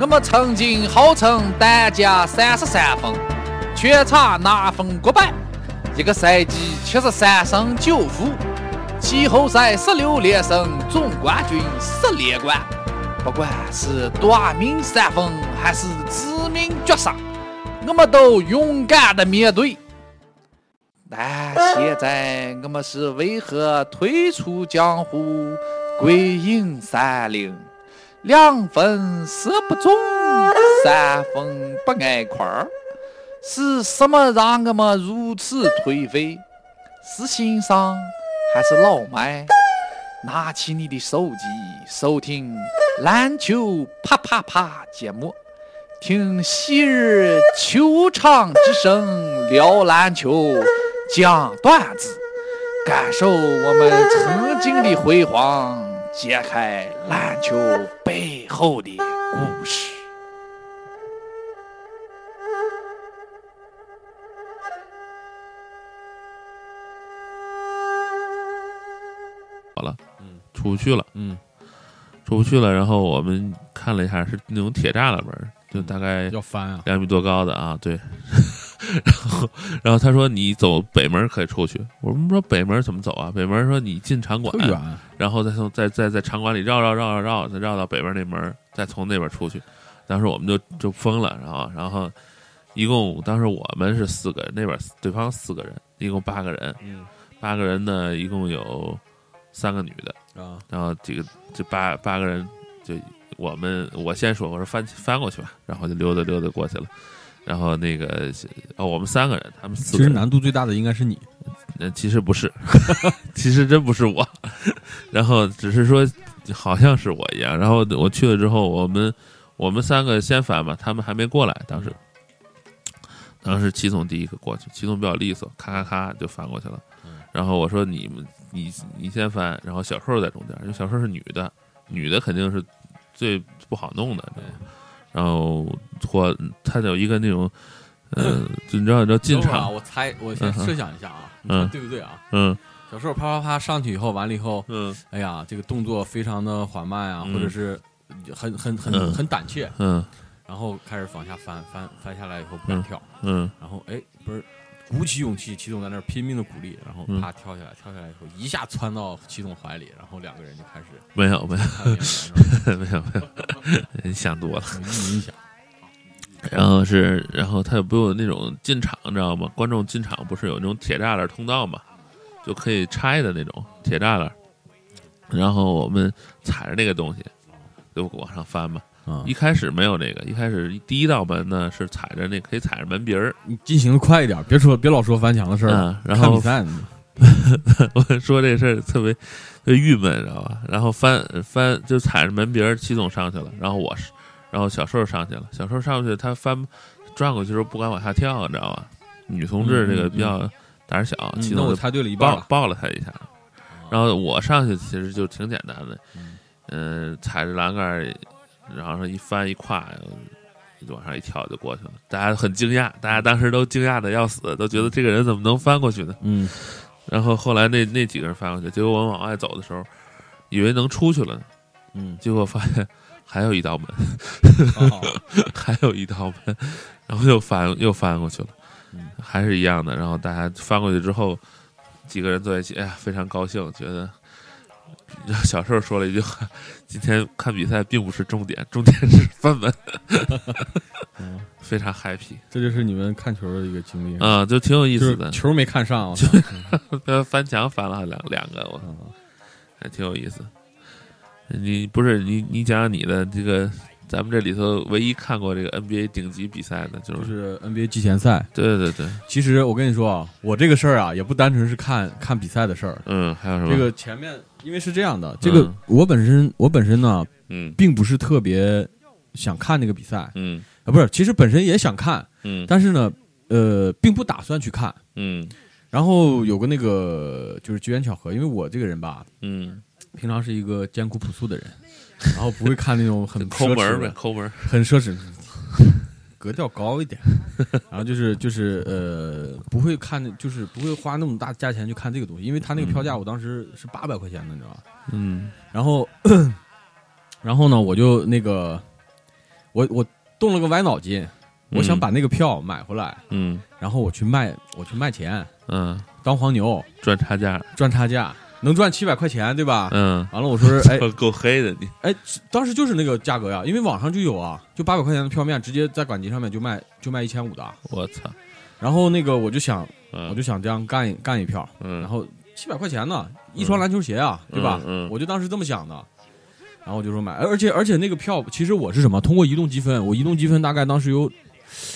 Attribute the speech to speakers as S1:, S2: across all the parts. S1: 我们曾经号称单加三十三分，全场拿分过百，一个赛季七十三胜九负，季后赛十六连胜，总冠军十连冠。不管是短命三分还是致命绝杀，我们都勇敢的面对。但现在我们是为何退出江湖，归隐山林？两分射不中，三分不挨块儿，是什么让我们如此颓废？是欣赏还是老迈？拿起你的手机，收听篮球啪啪啪节目，听昔日球场之声聊篮球。讲段子，感受我们曾经的辉煌，揭开篮球背后的故事。
S2: 好了，
S3: 嗯
S2: 出不去了，
S3: 嗯，
S2: 出不去了。然后我们看了一下，是那种铁栅栏门，就
S3: 嗯
S2: 大概
S3: 要翻啊，
S2: 两米多高的啊，对。 然后，然后他说你走北门可以出去。我们说北门怎么走啊？北门说你进场馆
S3: 特，远，
S2: 然后再从再再在场馆里绕绕绕绕绕，再绕到北边那门儿，再从那边出去。当时我们就就疯了，然后然后一共当时我们是四个人，那边四对方四个人，一共八个人，
S3: 嗯
S2: 八个人呢一共有三个女的，
S3: 啊，
S2: 然后几个这八八个人就我们我先说，我说翻翻过去吧，然后就溜达溜达过去了。然后那个哦，我们三个人，他们四
S3: 其
S2: 个
S3: 实
S2: 人，
S3: 难度最大的应该是你，
S2: 呃，其实不是， 其实真不是我， 然后只是说好像是我一样。然后我去了之后，我们我们三个先翻嘛，他们还没过来，当时当时齐总第一个过去，齐总比较利索，咔咔咔就翻过去了。
S3: 嗯
S2: 然后我说你们你你先翻，然后小瘦在中间，因为小瘦是女的，女的肯定是最不好弄的，
S3: 对
S2: 然后拖他有一个那种，呃，就你知道你知道进
S3: 等会儿啊
S2: 场，
S3: 我猜，我先
S2: 嗯哼
S3: 设想一下啊，你
S2: 嗯
S3: 说对不对啊？
S2: 嗯
S3: 小瘦啪啪啪上去以后，完了以后，
S2: 嗯
S3: 哎呀，这个动作非常的缓慢啊，
S2: 嗯
S3: 或者是很很
S2: 嗯
S3: 很很胆怯，
S2: 嗯
S3: 然后开始往下翻翻翻下来以后不敢跳，
S2: 嗯
S3: 然后哎不是。鼓起勇气，齐总在那儿拼命的鼓励，然后
S2: 嗯
S3: 啪跳下来，跳下来以后一下窜到齐总怀里，然后两个人就 开始
S2: 没有没有
S3: 看脸了，
S2: 没有没有，你想多了。
S3: 是吧你一想，
S2: 然后是，然后他有不有那种进场，你知道吗？观众进场不是有那种铁栅栏通道嘛，就可以拆的那种铁栅栏。然后我们踩着那个东西就往上翻嘛。
S3: 啊
S2: 一开始没有那个，一开始第一道门呢是踩着那可以踩着门鼻儿，
S3: 你进行的快一点，别说别老说翻墙的事儿了。
S2: 嗯，然
S3: 看
S2: 后
S3: 比赛呢，
S2: 我说这事儿特别就郁闷，知道吧？然后翻翻就踩着门鼻儿，齐总上去了，然后我是，然后小瘦上去了，小瘦上去他翻转过去的时候不敢往下跳，你知道吧？女同志这个比较胆儿小，
S3: 嗯
S2: 齐
S3: 那
S2: 总
S3: 我
S2: 就
S3: 猜对了一半
S2: 抱
S3: 了。哦
S2: 抱了他一下，然后我上去其实就挺简单的，
S3: 嗯
S2: 嗯、踩着栏杆儿，然后一翻一跨，就往上一跳就过去了。大家很惊讶，大家当时都惊讶的要死，都觉得这个人怎么能翻过去呢？
S3: 嗯，
S2: 然后后来那那几个人翻过去，结果我们往外走的时候，以为能出去了呢，
S3: 嗯，
S2: 结果发现还有一道门，
S3: 哦
S2: 还有一道门，然后又翻又翻过去了
S3: 嗯，
S2: 还是一样的。然后大家翻过去之后，几个人坐在一起，哎呀，非常高兴，觉得。 然后小瘦说了一句话：“今天看比赛并不是重点，重点是翻 门。
S3: 嗯”
S2: 非常 happy
S3: 这就是你们看球的一个经历，
S2: 啊、就挺有意
S3: 就
S2: 思
S3: 是
S2: 的。
S3: 球没看 上，我啊操
S2: 他呃翻墙翻了两两个，我
S3: 嗯
S2: 还挺有意思。你不是你，你讲讲你的这个，咱们这里头唯一看过这个 NBA 顶级比赛的，就
S3: 就是是 NBA 季前赛。
S2: 对对对，
S3: 其实我跟你说啊，我这个事儿啊，也不单纯是看看比赛的事儿。
S2: 嗯，还有什么？
S3: 这个前面因为是这样的，这个
S2: 嗯
S3: 我本身我本身呢，
S2: 嗯
S3: 并不是特别想看那个比赛啊，
S2: 嗯
S3: 不是，其实本身也想看，
S2: 嗯
S3: 但是呢，呃，并不打算去看。
S2: 嗯
S3: 然后有个那个就是机缘巧合，因为我这个人吧，
S2: 嗯，
S3: 平常是一个艰苦朴素的人，然后不会看那种很
S2: 抠
S3: 奢
S2: 门
S3: 侈
S2: 儿
S3: 的
S2: 呗，抠门儿。
S3: 很奢侈，格调高一点。 然后就是就是呃，不会看那，就是不会花那么大价钱去看这个东西，因为他那个票
S2: 嗯
S3: 价我当时是八百块钱嗯 的，你知道吧？
S2: 嗯
S3: 然后然后呢，我就那个我我动了个歪脑筋，我想
S2: 嗯
S3: 把那个票买回来，
S2: 嗯
S3: 然后我去卖，我去卖钱，
S2: 嗯，
S3: 当黄牛
S2: 赚差价，
S3: 赚差价，能赚七百块钱，对吧？
S2: 嗯，
S3: 完了，我说是，啊哎
S2: 够黑的你，
S3: 哎，当时就是那个价格呀，因为网上就有啊，就八百块钱的票面，直接在赶集上面就卖就卖一千五的。啊
S2: 我操，
S3: 然后那个我就想，我
S2: 嗯
S3: 就想这样干一干一票，
S2: 嗯，
S3: 然后七百块钱呢，一双篮球鞋啊，对吧？
S2: 嗯嗯
S3: 我就当时这么想的，然后我就说买，而且而且那个票其实我是什么？通过移动积分，我移动积分大概当时有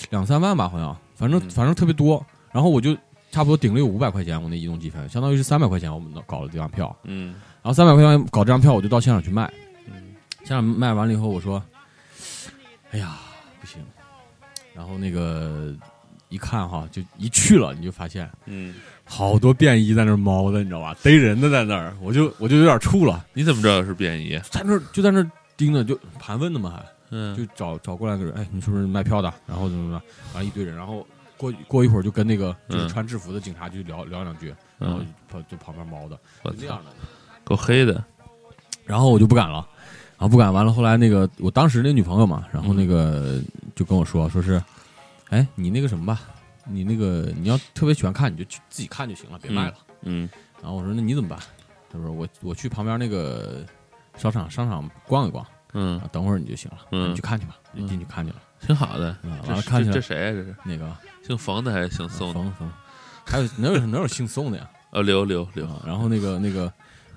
S3: 两三万吧，好像，反正
S2: 嗯
S3: 反正特别多。然后我就差不多顶了有五百块钱，我那移动积分相当于是三百块钱，我们搞了这张票。
S2: 嗯
S3: 然后三百块钱搞这张票，我就到现场去卖。
S2: 嗯
S3: 现场卖完了以后，我说：“哎呀，不行。”然后那个一看哈，就一去了，你就发现
S2: 嗯，
S3: 好多便衣在那儿猫的，你知道吧？逮人的在那儿，我就我就有点怵了，
S2: 你怎么知道是便宜？啊
S3: 在那儿就在那儿盯着，就盘问的嘛，还
S2: 嗯
S3: 就找找过来个人，哎，你是不是卖票的？然后怎么怎么，完了一堆人，然后过过一会儿就跟那个就是
S2: 嗯
S3: 穿制服的警察就聊聊两句，然后
S2: 嗯，
S3: 跑就旁边猫的，
S2: 我
S3: 就这样
S2: 操，
S3: 的。
S2: 够黑的，
S3: 然后我就不敢了，然后不敢完了。后来那个我当时那女朋友嘛，然后那
S2: 嗯
S3: 个就跟我说，说是，哎，你那个什么吧，你那个你要特别喜欢看，你就去自己看就行了，别卖了。
S2: 嗯
S3: 然后我说那你怎么办？他说我我去旁边那个商场商场逛一逛，
S2: 嗯
S3: 啊，等会儿你就行了，
S2: 嗯
S3: 你去看去吧，就
S2: 嗯
S3: 进去看去了。
S2: 挺好的。
S3: 啊，
S2: 这
S3: 完了
S2: 是
S3: 看嗯去
S2: 这
S3: 了
S2: 这谁呀、这是
S3: 那个
S2: 姓冯的还是姓宋的？
S3: 冯冯，还有哪有哪有姓宋的呀？
S2: 哦，刘刘刘，
S3: 啊，然后那个那个，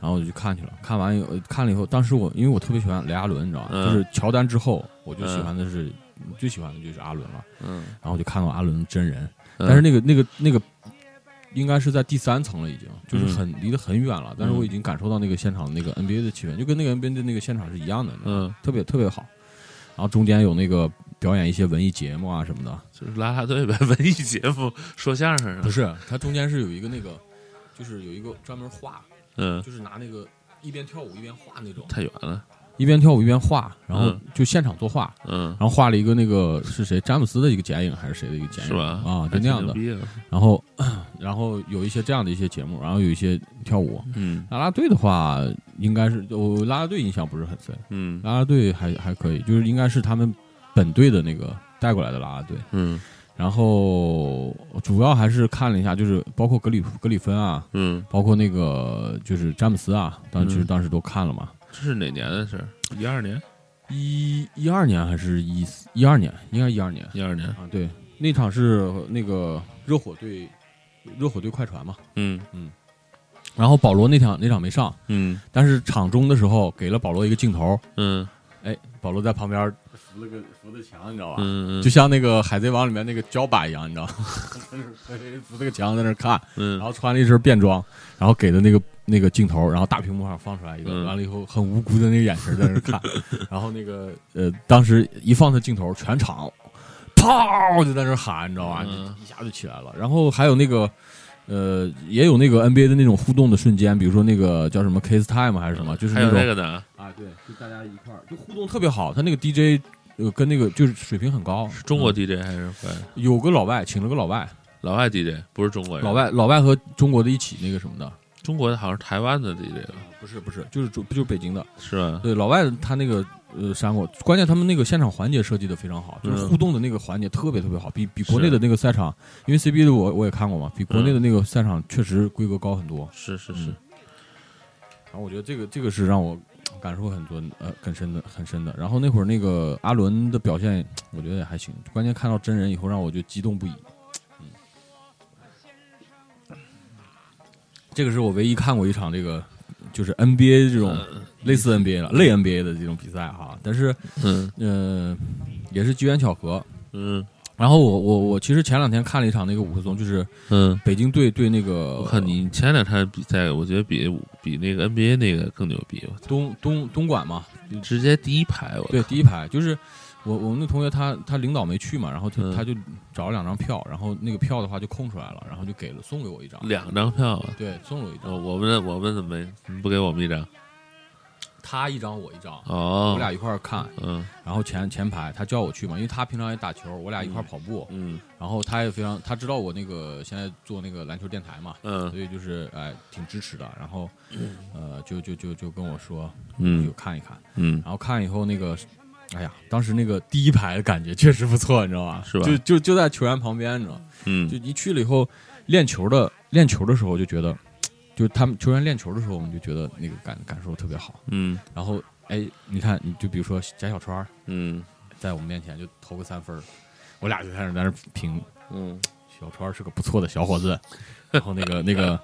S3: 然后我就去看去了。看完以后，看了以后，当时我因为我特别喜欢雷阿伦，你知道吧？
S2: 嗯
S3: 就是乔丹之后，我就喜欢的是、最喜欢的就是阿伦了。
S2: 嗯，
S3: 然后我就看到阿伦真人，但是
S2: 那
S3: 那个那个那个，应该是在第三层了，已经
S2: 嗯
S3: 就是很、离得很远了。但是我已经感受到那个现场那个 NBA 的气氛，就跟那个 NBA 的那个现场是一样的，你知道吗
S2: 嗯，
S3: 特别特别好。然后中间有那个表演一些文艺节目啊什么的，
S2: 就是啦啦队呗， 文艺节目说相声啊
S3: 不，是，它中间是有一个那个，就是有一个专门画，
S2: 嗯，
S3: 就是拿那个一边跳舞一边画那种。
S2: 太远了，
S3: 一边跳舞一边画，然后
S2: 嗯
S3: 就现场作画，
S2: 嗯，
S3: 然后画了一个那个是谁詹姆斯的一个剪影还是谁的一个剪影
S2: 是吧？
S3: 啊，
S2: 还
S3: 就那样
S2: 挺牛
S3: 的。
S2: 逼啊
S3: 然后， 然后有一些这样的一些节目，然后有一些跳舞。
S2: 嗯
S3: 啦啦队的话，应该是我啦啦队印象不是很深，
S2: 嗯
S3: 啦啦队还还可以，就是应该是他们本队的那个带过来的啦啦队。
S2: 嗯
S3: 然后主要还是看了一下，就是包括格里格里芬啊，
S2: 嗯，
S3: 包括那个就是詹姆斯啊，当其实
S2: 嗯
S3: 当时都看了嘛。
S2: 这是哪年的事儿？一二年，
S3: 一一二年还是一一二年？应该一二年
S2: 一二年，
S3: 啊。对，那场是那个热火队，热火队快船嘛。
S2: 嗯
S3: 然后保罗那场那场没上，
S2: 嗯
S3: 但是场中的时候给了保罗一个镜头，
S2: 嗯
S3: 哎，保罗在旁边扶了个扶着墙，你知道吧？
S2: 嗯
S3: 就像那个《海贼王》里面那个胶板一样，你知道吗？ 扶着个墙在那儿看，然
S2: 嗯
S3: 后穿了一身便装，然后给的那个那个镜头，然后大屏幕上放出来一个，
S2: 嗯
S3: 完了以后很无辜的那个眼神在那 儿看，然后那个呃，当时一放他镜头，全场砰就在那儿喊，你知道吧？
S2: 嗯
S3: 一下就起来了。然后还有那个呃，也有那个 NBA 的那种互动的瞬间，比如说那个叫什么 Case Time 还是什么，就
S2: 嗯
S3: 是
S2: 还
S3: 那
S2: 有这
S3: 种
S2: 个呢，
S3: 啊，对，就大家一块儿就互动特别好，他那个 DJ。呃，跟那个就是水平很高，
S2: 中国
S3: 嗯
S2: DJ 还是外
S3: 有个老外，请了个老外，
S2: 老外 DJ，不是中国人，
S3: 老外老外和中国的一起那个什么的，
S2: 中国的好像是台湾的 DJ 吧，
S3: 不是不是，就是主就是北京的。
S2: 是吧？
S3: 对，老外他那个呃山火，关键他们那个现场环节设计的非常好，就是
S2: 嗯
S3: 互动的那个环节特别特别好，比比国
S2: 是嗯
S3: 内的那个赛场，因为 CBA 的我我也看过嘛，比国内的那个赛场确实规格高很多。
S2: 是是
S3: 嗯
S2: 是，
S3: 然后我觉得这个这个是让我感受很多呃很深的很深的。然后那会儿那个阿伦的表现，我觉得也还行，关键看到真人以后让我就激动不已。嗯，这个是我唯一看过一场这个就是 NBA 这种类似 NBA 了类 NBA 的这种比赛哈，但是
S2: 嗯
S3: 呃也是机缘巧合。
S2: 嗯
S3: 然后我我我其实前两天看了一场那个五棵松，就是
S2: 嗯。
S3: 北京队对那个
S2: 我靠，你前两场比赛，我觉得比比那个 NBA 那个更牛逼，我操
S3: 东东东莞嘛，
S2: 直接第一排，我
S3: 对，
S2: 靠
S3: 第一排就是我我们那同学他他领导没去嘛，然后他、
S2: 嗯
S3: 他就找了两张票，然后那个票的话就空出来了，然后就给了送给我一张，
S2: 两张票啊！
S3: 对，送了我一张，
S2: 哦我们我们怎么没不给我们一张？
S3: 他一张我一张，
S2: 哦，
S3: 我俩一块儿看，
S2: 嗯
S3: 然后前前排他叫我去嘛，因为他平常也打球，我俩一块儿跑步，
S2: 嗯
S3: 然后他也非常他知道我那个现在做那个篮球电台嘛，
S2: 嗯
S3: 所以就是哎挺支持的，然后呃就就就就跟我说就
S2: 嗯
S3: 看一看，
S2: 嗯
S3: 然后看以后那个哎呀，当时那个第一排的感觉确实不错，你知道吧？
S2: 是吧
S3: 就就就在球员旁边，你知道吗，就
S2: 嗯
S3: 一去了以后，练球的练球的时候就觉得，就他们球员练球的时候，我们就觉得那个感感受特别好。
S2: 嗯
S3: 然后，哎，你看，你就比如说贾小川
S2: 嗯
S3: 在我们面前就投个三分儿，我俩就开始在那儿评
S2: 嗯
S3: 小川是个不错的小伙子，然后那个那个，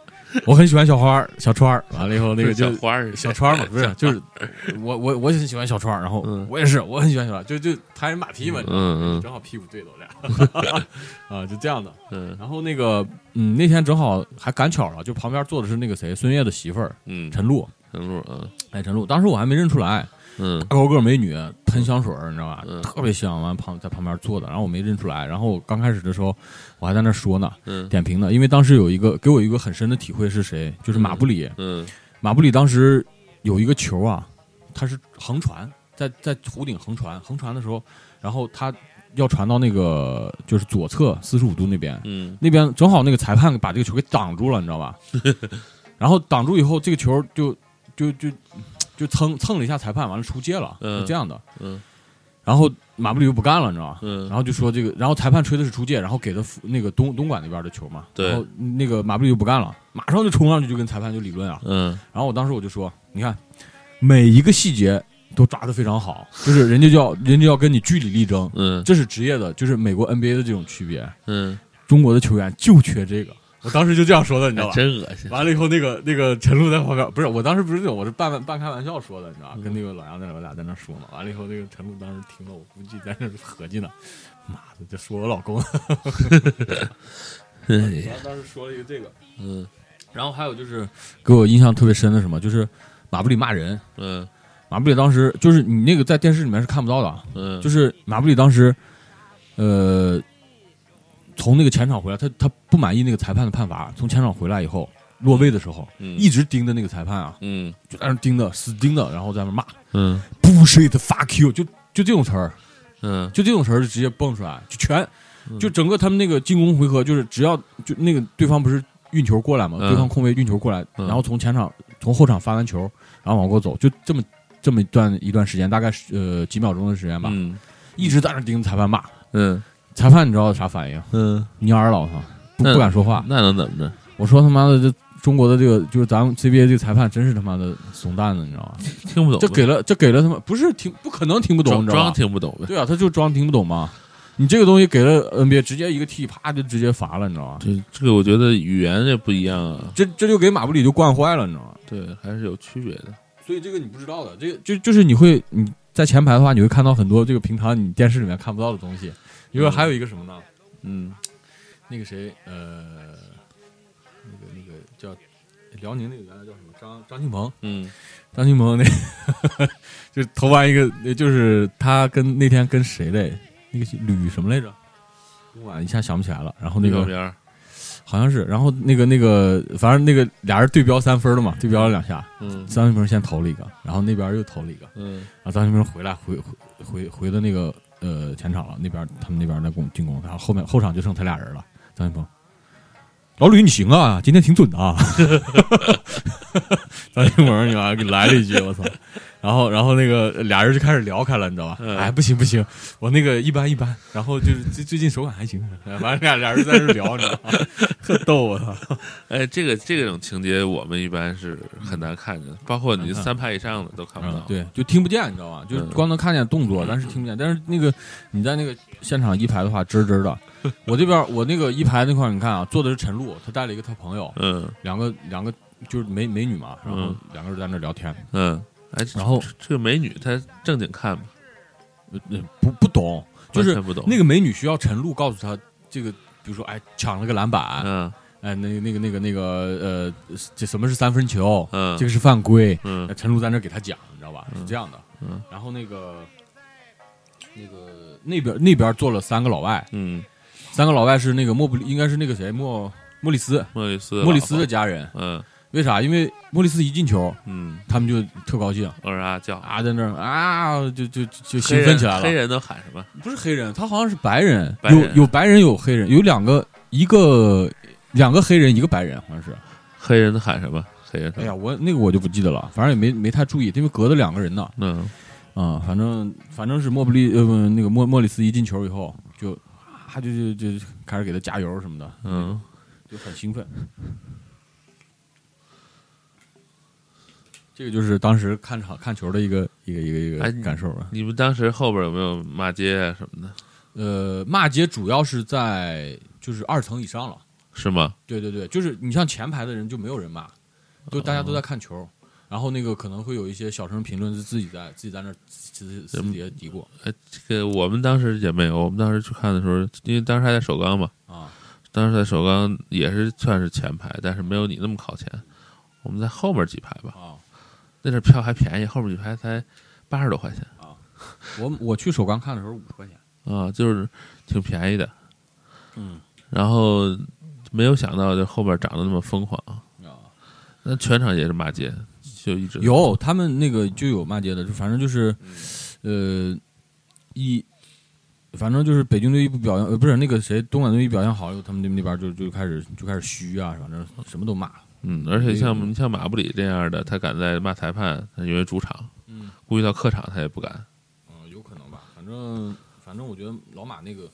S3: 我很喜欢小花儿小川儿，完了以后那个就
S2: 小花儿是
S3: 小
S2: 谁
S3: 川儿嘛，不是就是我我我也很喜欢小川儿，然后
S2: 嗯
S3: 我也是我很喜欢小川儿，就就拍人马屁嘛，你知道吗
S2: 嗯嗯
S3: 正好屁股对着我俩， 啊就这样的。
S2: 嗯
S3: 然后那个嗯那天正好还赶巧了，就旁边坐的是那个谁孙悦的媳妇儿
S2: 嗯
S3: 陈露，
S2: 陈露啊
S3: 哎陈露，当时我还没认出来，
S2: 嗯
S3: 高个儿美女喷香水儿，你知道吧？
S2: 嗯
S3: 特别香，完旁在旁边坐的，然后我没认出来。然后我刚开始的时候，我还在那说呢，
S2: 嗯
S3: 点评呢，因为当时有一个给我一个很深的体会是谁，就是马布里。
S2: 嗯
S3: 马布里当时有一个球啊，他是横传，在在弧顶横传，横传的时候，然后他要传到那个就是左侧四十五度那边，
S2: 嗯
S3: 那边正好那个裁判把这个球给挡住了，你知道 吧？然后挡住以后，这个球就就就就蹭蹭了一下裁判，完了出界了，
S2: 嗯
S3: 是这样的。
S2: 嗯
S3: 然后马布里就不干了，你知道吧？
S2: 嗯
S3: 然后就说这个，然后裁判吹的是出界，然后给的福那个东东莞那边的球嘛。
S2: 对
S3: 然后那个马布里就不干了，马上就冲上去就跟裁判就理论啊。
S2: 嗯
S3: 然后我当时我就说，你看每一个细节都抓得非常好，就是人家就要人家要跟你据理力争，
S2: 嗯
S3: 这是职业的，就是美国 NBA 的这种区别。
S2: 嗯，
S3: 中国的球员就缺这个。我当时就这样说的，你知道
S2: 哎
S3: 吧？
S2: 真恶心
S3: 完了以后，那个那个陈露在旁边，不是我当时不是这种，我是半半开玩笑说的，你知
S2: 嗯
S3: 道吧？跟那个老杨在那我俩在那说嘛。完了以后，那个陈露当时听了，我估计在那合计呢，妈的，这说我老 公。
S2: 哎呀
S3: 然后当时说了一个这个，
S2: 嗯
S3: 然后还有就是给我印象特别深的什么，就是马布里骂人。
S2: 嗯
S3: 马布里当时就是你那个在电视里面是看不到的，
S2: 嗯
S3: 就是马布里当时，呃，从那个前场回来，他他不满意那个裁判的判罚，从前场回来以后落位的时候，
S2: 嗯
S3: 一直盯着那个裁判啊，
S2: 嗯
S3: 就在那盯着，死盯着，然后在那骂
S2: 嗯
S3: bullshit fuck you，就就这种词儿，
S2: 嗯
S3: 就这种词儿就直接蹦出来，就全就整个他们那个进攻回合，就是只要就那个对方不是运球过来嘛，
S2: 嗯
S3: 对方空位运球过来，
S2: 嗯
S3: 然后从前场从后场发完球，然后往过走，就这么这么一段一段时间，大概是呃几秒钟的时间吧，
S2: 嗯
S3: 一直在那盯着裁判骂。
S2: 嗯
S3: 裁判你知道啥反应？
S2: 嗯，
S3: 蔫儿了，我操，不
S2: 嗯
S3: 不敢说话。
S2: 那能怎么着？
S3: 我说他妈的，这中国的这个就是咱们 CBA 这个裁判真是他妈的怂蛋子，你知道吗？
S2: 听不懂呗，
S3: 这给了这给了他们不是听不可能听不懂，
S2: 装
S3: 你知道
S2: 装
S3: 吗？
S2: 听不懂呗，
S3: 对啊，他就装听不懂嘛。你这个东西给了 NBA 直接一个 T，啪就直接罚了，你知道吗？
S2: 这这个我觉得语言也不一样啊，
S3: 这这就给马布里就惯坏了，你知道吗？
S2: 对，还是有区别的。
S3: 所以这个你不知道的，这个就就是你会你在前排的话，你会看到很多这个平常你电视里面看不到的东西。因为还有一个什么呢？
S2: 嗯
S3: 那个谁，呃，那个那个叫辽宁那个原来叫什么张张庆鹏，
S2: 嗯
S3: 张庆鹏那 就是投完一个，呃就是他跟那天跟谁嘞？那个是吕什么来着？东莞一下想不起来了。然后那
S2: 右
S3: 个
S2: 边儿
S3: 好像是，然后那个那个，反正那个俩人对标三分了嘛，对标了两下，
S2: 嗯
S3: 张庆鹏先投了一个，然后那边又投了一个，
S2: 嗯
S3: 然后张庆鹏回来回回回回的那个呃前场了，那边他们那边在攻进攻，然后后面后场就剩他俩人了。张云鹏，老吕你行啊，今天挺准的啊。 张云鹏，你妈给来了一句，我操！然后然后那个俩人就开始聊开了，你知道吧？
S2: 嗯
S3: 哎，不行不行，我那个一般一般，然后就是最最近手感还行， 完了俩俩人在这聊，你知道吗？ 特逗我操！
S2: 哎，这个这种情节我们一般是很难看见的，包括你三排以上的都看不
S3: 嗯
S2: 到。，
S3: 对，就听不见，你知道吧？就
S2: 嗯
S3: 光能看见动作，但是听不见。但是那个你在那个现场一排的话，真真 的。我这边我那个一排那块儿，你看啊，坐的是陈露，他带了一个他朋友，
S2: 嗯
S3: 两个两个就是美美女嘛，然后
S2: 嗯
S3: 两个人在那聊天，
S2: 嗯，哎，这
S3: 然后
S2: 这这个美女她正经看吗？
S3: 呃呃不不懂，就是
S2: 完全不懂
S3: 那个美女需要陈露告诉她这个，比如说哎抢了个篮板，
S2: 嗯
S3: 哎那个那个那个那个呃这什么是三分球，
S2: 嗯
S3: 这个是犯规，
S2: 嗯
S3: 那陈露在那儿给他讲，你知道吧？
S2: 嗯
S3: 是这样的。
S2: 嗯
S3: 然后那个那个那边那边坐了三个老外，
S2: 嗯，
S3: 三个老外是那个莫布里，应该是那个谁莫莫里斯，
S2: 莫里斯
S3: 莫里斯
S2: 老婆
S3: 的家人。
S2: 嗯
S3: 为啥？因为莫里斯一进球，
S2: 嗯，
S3: 他们就特高兴
S2: 二啊叫
S3: 啊，在那儿啊，就就
S2: 黑
S3: 就就兴
S2: 人
S3: 奋起来
S2: 黑
S3: 了。
S2: 人都喊什么？
S3: 不是黑人，他好像是白人，
S2: 白人
S3: 有有白人，有黑人，有两个一个两个黑人，一个白人，好像是。
S2: 黑人都喊什么？黑人说
S3: 哎呀，我那个我就不记得了，反正也没没太注意，因为隔着两个人呢。
S2: 嗯
S3: 啊、反正反正是莫布利呃不那个莫莫里斯一进球以后就。他就就就就开始给他加油什么的，
S2: 嗯，
S3: 就很兴奋。这个就是当时看场看球的一个一个一个一
S2: 哎
S3: 个
S2: 你
S3: 感受吧。
S2: 你们当时后边有没有骂街啊什么的？
S3: 呃，骂街主要是在就是二层以上了。
S2: 是吗？
S3: 对对对，就是你像前排的人就没有人骂，就大家都在看球。然后那个可能会有一些小声评论是自己在自己在那儿私私私底下嘀咕
S2: 这个我们当时也没有，我们当时去看的时候，因为当时还在首钢嘛，
S3: 啊，
S2: 当时在首钢也是算是前排，但是没有你那么靠前，我们在后面几排吧。
S3: 啊！
S2: 那阵儿票还便宜，后面几排才八十多块钱
S3: 我我去首钢看的时候五十块钱，
S2: 啊，就是挺便宜的。
S3: 嗯
S2: 然后没有想到，就后边涨得那么疯狂，
S3: 啊，
S2: 那全场也是骂街，就一直
S3: 有他们那个就有骂街的，就反正就是，
S2: 嗯
S3: 呃，一反正就是北京队一不表现，呃，不是那个谁，东莞队一表现好以后，他们那那边就就开始就开始虚啊，反正什么都骂。
S2: 嗯，而且像像马布里这样的，他敢在骂裁判，他因为主场，
S3: 嗯，
S2: 估计到客场他也不敢。
S3: 嗯，有可能吧，反正反正我觉得老马那个，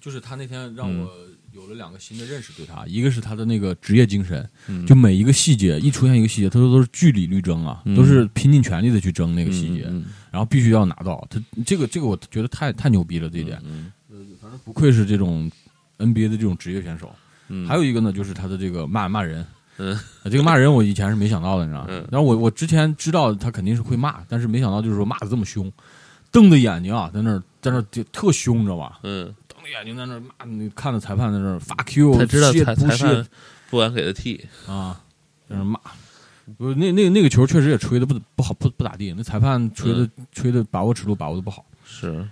S3: 就是他那天让
S2: 嗯
S3: 我有了两个新的认识，对他，一个是他的那个职业精神，
S2: 嗯
S3: 就每一个细节一出现一个细节，他都都是据理力争啊，
S2: 嗯
S3: 都是拼尽全力的去争那个细节，
S2: 嗯
S3: 然后必须要拿到。他这个这个我觉得太太牛逼了，这一点。
S2: 嗯
S3: 不愧是这种 NBA 的这种职业选手。
S2: 嗯，
S3: 还有一个呢，就是他的这个骂骂人，
S2: 嗯
S3: 呃，这个骂人我以前是没想到的，你知道吗？
S2: 嗯
S3: 然后我我之前知道他肯定是会骂，但是没想到就是说骂的这么凶，瞪着眼睛啊，在那儿在那儿就特凶，你知道吧？
S2: 嗯。
S3: 瞪着眼睛在那儿骂，你看着裁判在那儿 fuck you，
S2: 他知道
S3: shit，
S2: 裁裁
S3: bullshit
S2: 判不敢给他踢，
S3: 啊，在那儿骂。不是那那那个球确实也吹的不不好不不咋地，那裁判吹的、
S2: 嗯
S3: 吹的把握尺度把握的不好。
S2: 是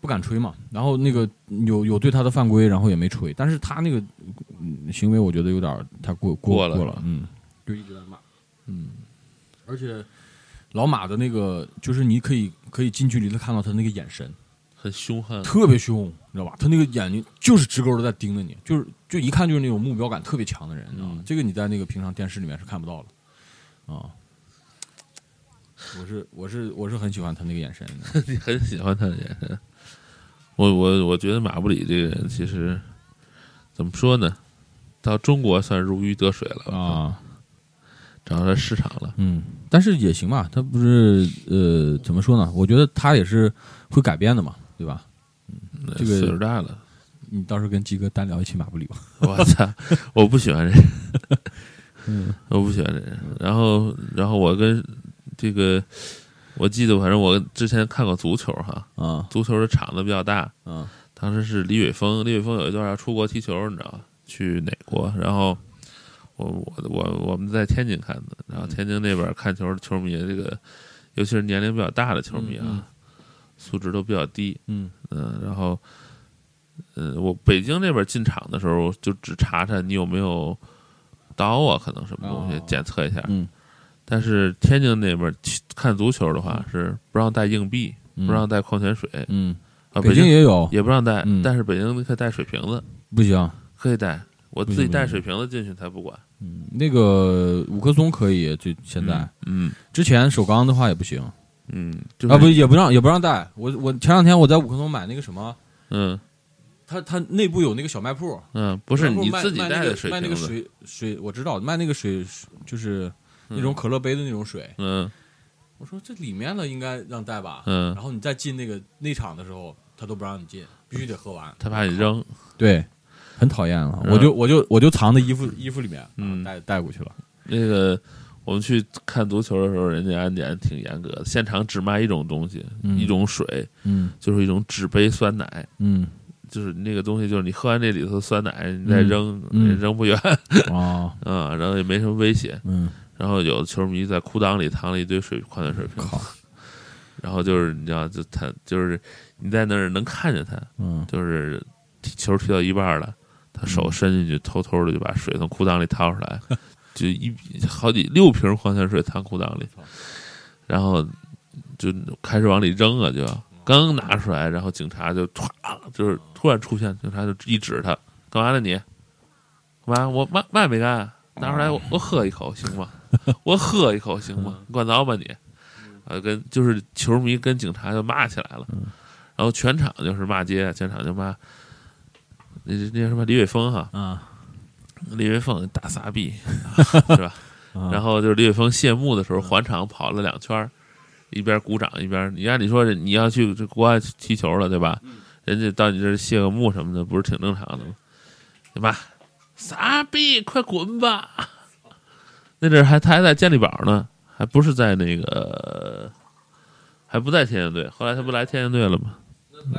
S3: 不敢吹嘛，然后那个有有对他的犯规，然后也没吹，但是他那个、嗯行为我觉得有点儿太过
S2: 过
S3: 过
S2: 了
S3: 过
S2: 是吧
S3: 了，嗯，就一直在骂，嗯，而且老马的那个就是你可以可以近距离的看到他那个眼神
S2: 很凶悍，
S3: 特别凶，你知道吧？他那个眼睛就是直勾的在盯着你，就是就一看就是那种目标感特别强的人，你知道吗
S2: 嗯？
S3: 这个你在那个平常电视里面是看不到的，啊。我是我是我是很喜欢他那个眼神的，
S2: 你很喜欢他的眼神。我我我觉得马布里这个人其实怎么说呢，到中国算如鱼得水了吧，
S3: 啊，
S2: 找到市场了。
S3: 嗯，但是也行吧，他不是呃，怎么说呢？我觉得他也是会改变的嘛，对吧？
S2: 那
S3: 这个
S2: 岁数大了，
S3: 你到时候跟鸡哥单聊一期马布里吧。
S2: 我操，我不喜欢这人，
S3: 嗯
S2: 我不喜欢这人。然后然后我跟这个，我记得反正我之前看过足球哈，
S3: 啊
S2: 足球的场子比较大，
S3: 啊
S2: 当时是李玮峰，李玮峰有一段要出国踢球，你知道吧？去哪国？然后我我我我们在天津看的，然后天津那边看球的球迷，这个尤其是年龄比较大的球迷啊，
S3: 嗯嗯
S2: 素质都比较低，
S3: 嗯
S2: 嗯，然后嗯，我北京这边进场的时候就只查查你有没有刀啊，可能什么东西、
S3: 哦
S2: 检测一下，
S3: 嗯
S2: 但是天津那边去看足球的话是不让带硬币，
S3: 嗯
S2: 不让带矿泉水
S3: 嗯，
S2: 啊，
S3: 北
S2: 京
S3: 京也有，
S2: 也不让带，
S3: 嗯
S2: 但是北京可以带水瓶子，
S3: 不行。
S2: 可以带，我自
S3: 不
S2: 己
S3: 行
S2: 带
S3: 不行
S2: 水瓶子进去才不管。
S3: 嗯，那个五棵松可以，就现在、
S2: 嗯
S3: 之前首钢的话也不行
S2: 嗯，就是、
S3: 啊，不也不让也不让带。我我前两天我在五棵松买那个什么，
S2: 嗯
S3: 它它内部有那个小卖铺，
S2: 嗯，不是
S3: 然后
S2: 你
S3: 卖
S2: 自己
S3: 卖
S2: 带
S3: 那个
S2: 的水
S3: 卖那
S2: 瓶
S3: 个
S2: 子，
S3: 水水，我知道卖那个水就是那种可乐杯的那种水。
S2: 嗯
S3: 我说这里面的应该让带吧，
S2: 嗯
S3: 然，后你再进那个内场的时候，他都不让你进，必须得喝完。
S2: 他怕你扔，
S3: 对，很讨厌啊！
S2: 嗯
S3: 我就我就我就藏在衣服衣服里面，啊
S2: 嗯
S3: 带带过去了。
S2: 那个。我们去看足球的时候，人家安检挺严格的，现场只卖一种东西，
S3: 嗯
S2: 一种水，
S3: 嗯
S2: 就是一种纸杯酸奶，
S3: 嗯，
S2: 就是那个东西，就是你喝完这里头的酸奶，你再
S3: 嗯
S2: 扔，
S3: 嗯
S2: 也扔不远
S3: 哦，
S2: 啊、然后也没什么威胁。
S3: 嗯，
S2: 然后有的球迷在裤裆里藏了一堆水矿泉水瓶，
S3: 靠，
S2: 然后就是你知道，就他就是你在那儿能看见他，
S3: 嗯
S2: 就是踢球踢到一半了，他手伸进去，偷偷的就把水从裤裆里掏出来， 就一好几六瓶矿泉水藏裤裆里
S3: 操，
S2: 然后就开始往里扔啊，就刚拿出来，然后警察就歘，就是突然出现，警察就一指他，干嘛呢你？干啊嘛？我嘛嘛也没 干，拿出来我我喝一口行吗？我喝一口行吗？你管着吧你？啊，跟就是球迷跟警察就骂起来了，然后全场就是骂街，啊全场就骂那那叫什么李伟峰哈，
S3: 啊，
S2: 李伟峰大傻逼是吧？
S3: 啊
S2: 然后就是李伟峰谢幕的时候，环场跑了两圈儿，一边鼓掌一边，你按理说你要去这国外踢球了，对吧？人家到你这儿谢个幕什么的，不是挺正常的吗？对吧？傻逼，快滚吧！ 那阵儿还他还在健力宝呢，还不是在那个，还不在天津队。后来他不来天津队了吗？嗯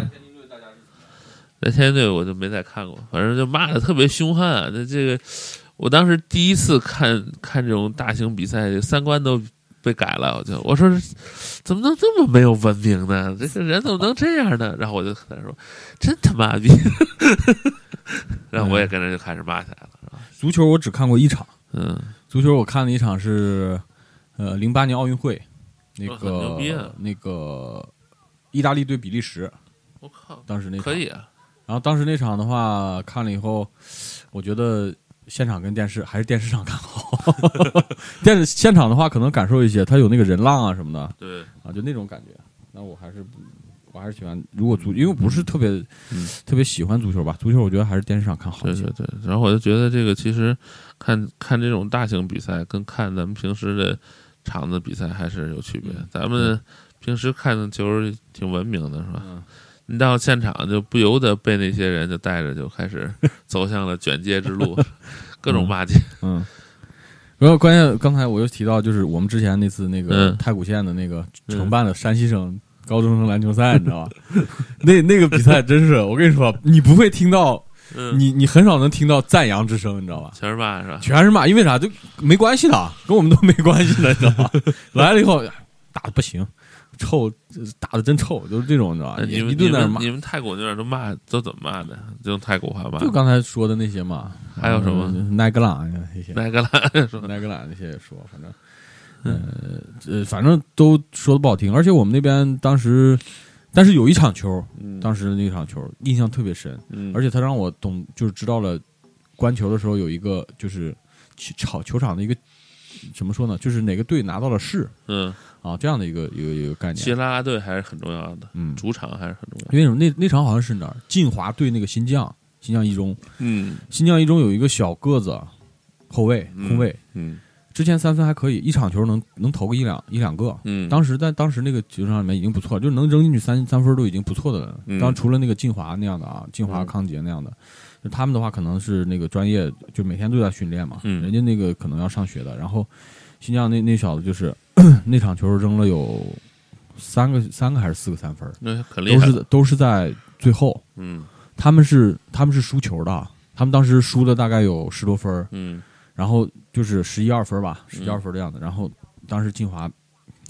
S2: 来天津队我就没再看过，反正就骂的特别凶悍、啊。那这个，我当时第一次看看这种大型比赛，这三观都被改了。我就我说，怎么能这么没有文明呢？这个人怎么能这样呢？然后我就跟他说，真他妈逼！ 然后我也跟着就开始骂起来了。
S3: 足球我只看过一场，
S2: 嗯，
S3: 足球我看了一场是，呃，零八年奥运会，那
S2: 哇很牛逼啊
S3: 个那个意大利对比利时，
S2: 我靠，
S3: 当时那场
S2: 可以啊，
S3: 然后当时那场的话，看了以后，我觉得现场跟电视还是电视上看好。 电视现场的话，可能感受一些，它有那个人浪啊什么的
S2: 对，
S3: 啊，就那种感觉。那我还是不我还是喜欢，如果足，因为不是特别、
S2: 嗯
S3: 特别喜欢足球吧，足球我觉得还是电视上看好
S2: 对
S3: 一些
S2: 对。对，然后我就觉得这个其实看看这种大型比赛，跟看咱们平时的场子比赛还是有区别。
S3: 嗯
S2: 咱们平时看球挺文明的，是吧？
S3: 嗯
S2: 你到现场就不由得被那些人就带着就开 始走向了卷街之路，各种骂街。
S3: 嗯。然后关键刚才我又提到，就是我们之前那次那个
S2: 嗯
S3: 太谷县的那个
S2: 嗯
S3: 承办的山西省高中生篮 球赛，你知道吧？那那个比赛真是，我跟你说，你不会听到
S2: 嗯，
S3: 你你很少能听到赞扬之声，你知道吧？
S2: 全是骂是吧？
S3: 全是骂，因为啥就没关系的，跟我们都没关系的，你知道吧？来了以后打的不行，臭呃打的真臭，就是这种，你知道吧？
S2: 那呃你
S3: 一
S2: 们
S3: 一
S2: 你
S3: 顿在那
S2: 们
S3: 骂
S2: 你，们泰国那边都骂都怎么骂的？就用泰国话骂。
S3: 就刚才说的那些嘛，
S2: 还有什么
S3: 嗯？奈格朗呀那些，
S2: 哪个啦？说
S3: 奈格朗那些也说，反正
S2: 嗯
S3: 呃呃，反正都说的不好听，而且我们那边当时。但是有一场球，
S2: 嗯
S3: 当时那场球印象特别深，
S2: 嗯
S3: 而且他让我懂，就是知道了观球的时候有一个就是球场球场的一个怎么说呢，就是哪个队拿到了势
S2: 嗯，
S3: 啊这样的一个一个一个概
S2: 其实
S3: 念。
S2: 啦啦队还是很重要的，
S3: 嗯，
S2: 主场还是很重要的。
S3: 因为什么？那那场好像是哪儿？晋华对那个新疆，新疆一中，
S2: 嗯
S3: 新疆一中有一个小个子后卫
S2: 嗯
S3: 空卫，
S2: 嗯
S3: 之前三分还可以，一场球能能投个一两一两个。
S2: 嗯，
S3: 当时在当时那个球场里面已经不错，就是能扔进去三三分都已经不错的了。
S2: 嗯
S3: 当然除了那个晋华那样的啊，晋华
S2: 嗯
S3: 康杰那样的，就他们的话可能是那个专业，就每天都在训练嘛。
S2: 嗯
S3: 人家那个可能要上学的。然后新疆那那小子就是 那场球扔了有三个三个还是四个三分，
S2: 那很厉
S3: 都
S2: 害，
S3: 是都是在最后，
S2: 嗯
S3: 他们是他们是输球的，啊他们当时输了大概有十多分儿，
S2: 嗯
S3: 然后就是十一二分吧，十一二分的样子。然后当时晋华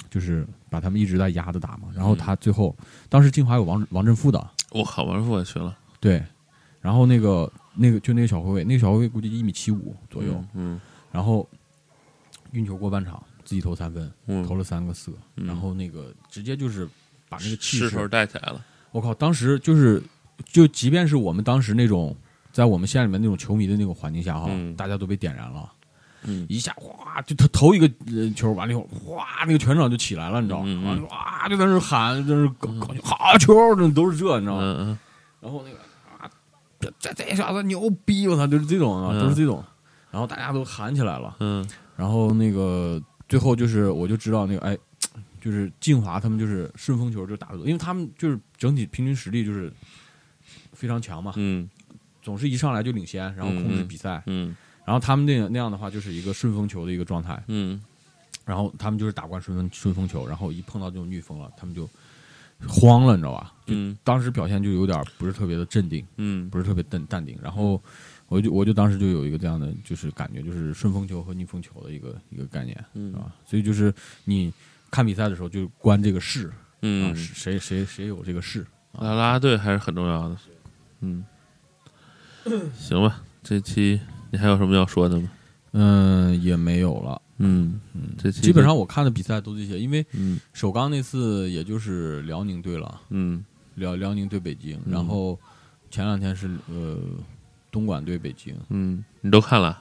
S3: 就是把他们一直在压着打
S2: 嗯
S3: 嘛，然后他最后当时晋华有王王振富的，
S2: 我靠，王师傅也去了
S3: 对，然后那个那个就那个小后卫，那个小后卫估计一米七五左右，，
S2: 嗯
S3: 然后运球过半场，自己投三分，
S2: 嗯，
S3: 投了三个四个，
S2: 嗯
S3: 然后那个直接就是把那个气
S2: 势
S3: 势
S2: 头带起来了，
S3: 我靠，当时就是，就即便是我们当时那种在我们县里面那种球迷的那种环境下哈，
S2: 嗯
S3: 大家都被点燃了，
S2: 嗯
S3: 一下哗就他头一个呃球完了以后，哗那个全场就起来了，你知道吗？
S2: 嗯嗯
S3: 完了哇就在那儿喊，就在那儿高高兴，好球，这都是这，你知道吗？
S2: 嗯
S3: 然后那个啊，这这这小子牛逼，我操，就是这种啊，
S2: 嗯
S3: 都是这种，然后大家都喊起来了，
S2: 嗯
S3: 然后那个最后就是我就知道那个哎，就是晋华他们就是顺风球就打得多，因为他们就是整体平均实力就是非常强嘛，
S2: 嗯
S3: 总是一上来就领先，然后控制比赛，
S2: 嗯
S3: 然后他们那个那样的话就是一个顺风球的一个状态，
S2: 嗯
S3: 然后他们就是打惯顺风顺风球，然后一碰到这种逆风了，他们就慌了，你知道吧？
S2: 嗯
S3: 当时表现就有点不是特别的镇定，
S2: 嗯
S3: 不是特别淡淡定，然后。我就我就当时就有一个这样的就是感觉，就是顺风球和逆风球的一个一个概念，
S2: 嗯
S3: 啊，所以就是你看比赛的时候，就关这个势啊，
S2: 嗯，
S3: 谁谁谁有这个势。
S2: 啦啦队还是很重要的，嗯，行吧，这期你还有什么要说的吗？
S3: 嗯，也没有了。
S2: 嗯，这期
S3: 基本上我看的比赛都这些，因为
S2: 嗯
S3: 首钢那次也就是辽宁队了，
S2: 嗯
S3: 辽辽宁对北京，
S2: 嗯
S3: 然后前两天是呃东莞对北京，
S2: 嗯，你都看了，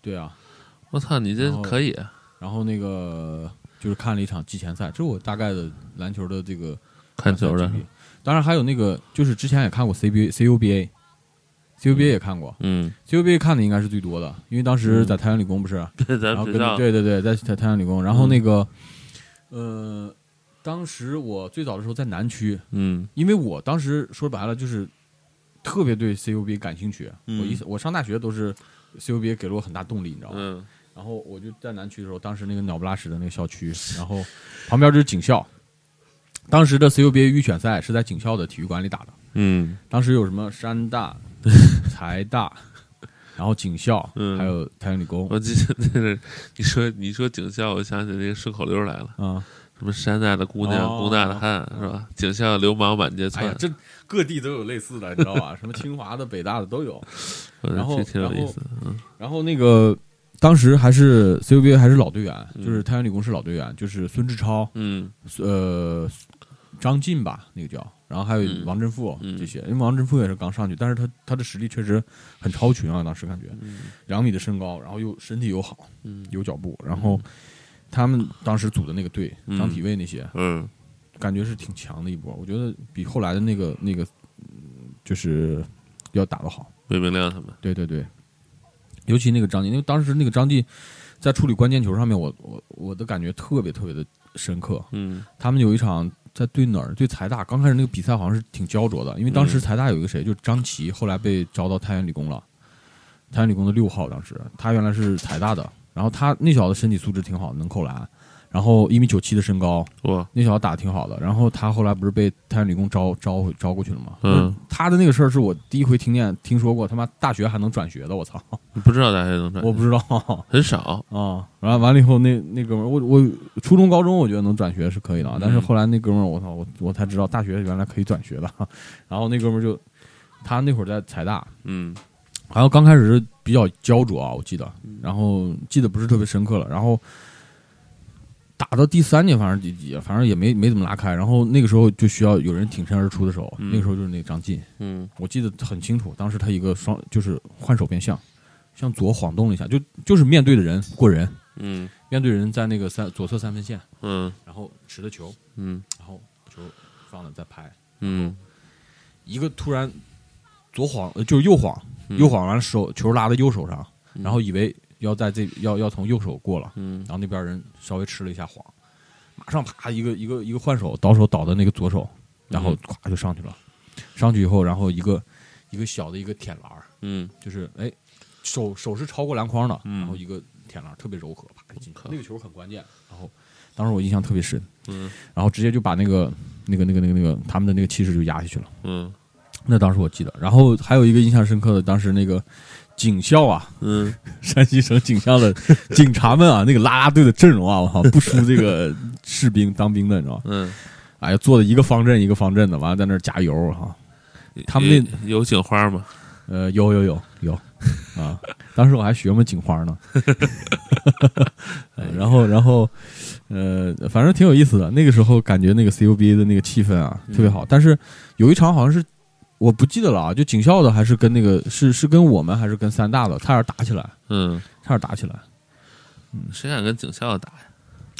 S3: 对啊，
S2: 我操，你这可以，啊
S3: 然后那个就是看了一场季前赛，这是我大概的篮球的这个
S2: 看球
S3: 观
S2: 的
S3: 赛经，历。当然还有那个，就是之前也看过 CBA、CUBA、CUBA 也看过
S2: 嗯，
S3: ，CUBA 看的应该是最多的，因为当时在太原理工不是，
S2: 对，咱嗯
S3: 然后
S2: 们
S3: 跟
S2: 学校，
S3: 对对对，在太太原理工，然后那个，呃，当时我最早的时候在南区，
S2: 嗯
S3: 因为我当时说白了就是特别对 CUBA 感兴趣，
S2: 嗯
S3: 我一我上大学都是 CUBA 给了我很大动力，你知道吗？
S2: 嗯
S3: 然后我就在南区的时候，当时那个鸟不拉屎的那个校区，然后旁边就是警校，当时的 CUBA 预选赛是在警校的体育馆里打的，
S2: 嗯
S3: 当时有什么 山大、财大，然后警校，
S2: 嗯
S3: 还有太原理工。
S2: 我记得那是你说你说警校，我想起那个顺口溜来了，
S3: 啊、
S2: 什么山大的姑娘，
S3: 哦
S2: 工大的汉，是吧？警校流氓满街
S3: 哎呀
S2: 窜，，
S3: 这各地都有类似的，你知道吧？什么清华的、北大的都有。
S2: 我觉
S3: 然
S2: 得
S3: 后
S2: 这挺有意思的，嗯
S3: 然后那个当时还是 CUBA 还是老队员，就是太原理工是老队员，就是孙志超，
S2: 嗯
S3: 呃，张晋吧，那个叫，然后还有
S2: 嗯
S3: 王振富
S2: 嗯
S3: 这些，因为王振富也是刚上去，但是他他的实力确实很超群啊，当时感觉两米的身高，然后又身体又好，
S2: 嗯
S3: 有脚步，然后他们当时组的那个队，
S2: 嗯
S3: 张体卫那些，
S2: 嗯
S3: 感觉是挺强的一波，我觉得比后来的那个那个嗯就是要打得好，
S2: 魏明亮他们，
S3: 对对对，尤其那个张晋，因为当时那个张晋在处理关键球上面，我我我的感觉特别特别的深刻，
S2: 嗯
S3: 他们有一场在对哪儿对财大，刚开始那个比赛好像是挺焦灼的，因为当时
S2: 嗯
S3: 财大有一个谁，就是张琪，后来被招到太原理工了，太原理工的六号，当时他原来是财大的，然后他那小子身体素质挺好的，能扣篮，然后一米九七的身高，
S2: 哇，
S3: 那小子打得挺好的，然后他后来不是被太原理工招招回招过去了吗？
S2: 嗯，
S3: 他的那个事儿是我第一回听见听说过，他妈大学还能转学的，我操，
S2: 不知道大家能转，
S3: 我不知道。
S2: 很少，
S3: 啊，完了完了以后，那那哥们儿，我我初中高中我觉得能转学是可以的，啊，但是
S2: 嗯
S3: 后来那哥们儿，我操，我我才知道大学原来可以转学的。 然后那哥们儿就，他那会儿在财大，
S2: 嗯
S3: 好像刚开始是比较焦灼啊，我记得，然后记得不是特别深刻了，然后打到第三年，反正也也反正也没没怎么拉开，然后那个时候就需要有人挺身而出的时候，
S2: 嗯
S3: 那个时候就是那个张晋，
S2: 嗯
S3: 我记得很清楚，当时他一个双就是换手变向，向左晃动了一下，就就是面对的人过人。
S2: 嗯
S3: 面对人在那个三左侧三分线，
S2: 嗯
S3: 然后持的球，
S2: 嗯
S3: 然后球放那再拍，
S2: 嗯，
S3: 一个突然左晃呃就是右晃，
S2: 嗯
S3: 右，晃完了手球拉在右手上，然后以为要在这要要从右手过了，
S2: 嗯
S3: 然后那边人稍微吃了一下晃，马上啪一个一个一个换手倒手倒到那个左手，然后
S2: 嗯
S3: 咵就上去了，上去以后然后一个一个小的一个舔篮儿，
S2: 嗯
S3: 就是哎手手是超过篮筐的，
S2: 嗯
S3: 然后一个舔篮儿特别柔和，啪就进去了，
S2: 靠
S3: 那个球很关键，然后当时我印象特别深。
S2: 嗯
S3: 然后直接就把那个那个那个那个那个他们的那个气势就压下去了。
S2: 嗯
S3: 那当时我记得，然后还有一个印象深刻的，当时那个警校啊，
S2: 嗯
S3: 山西省警校的警察们啊，那 个啦啦队的阵容啊，我靠，不输这个 士兵当兵的，你知道吗？
S2: 嗯，
S3: 哎呀，坐的一个方阵一个方阵的，完了在那儿加油哈、 他们那
S2: 嗯有警花吗？
S3: 呃，有有有有啊！当时我还学嘛警花呢， 呃然后然后呃，反正挺有意思的。那个时候感觉那个 CUBA 的那个气氛啊特别好，但是有一场好像是我不记得了啊，就警校的还是跟那个是是跟我们还是跟三大的差点打起来，
S2: 嗯，
S3: 差点打起来。
S2: 谁敢跟警校打呀？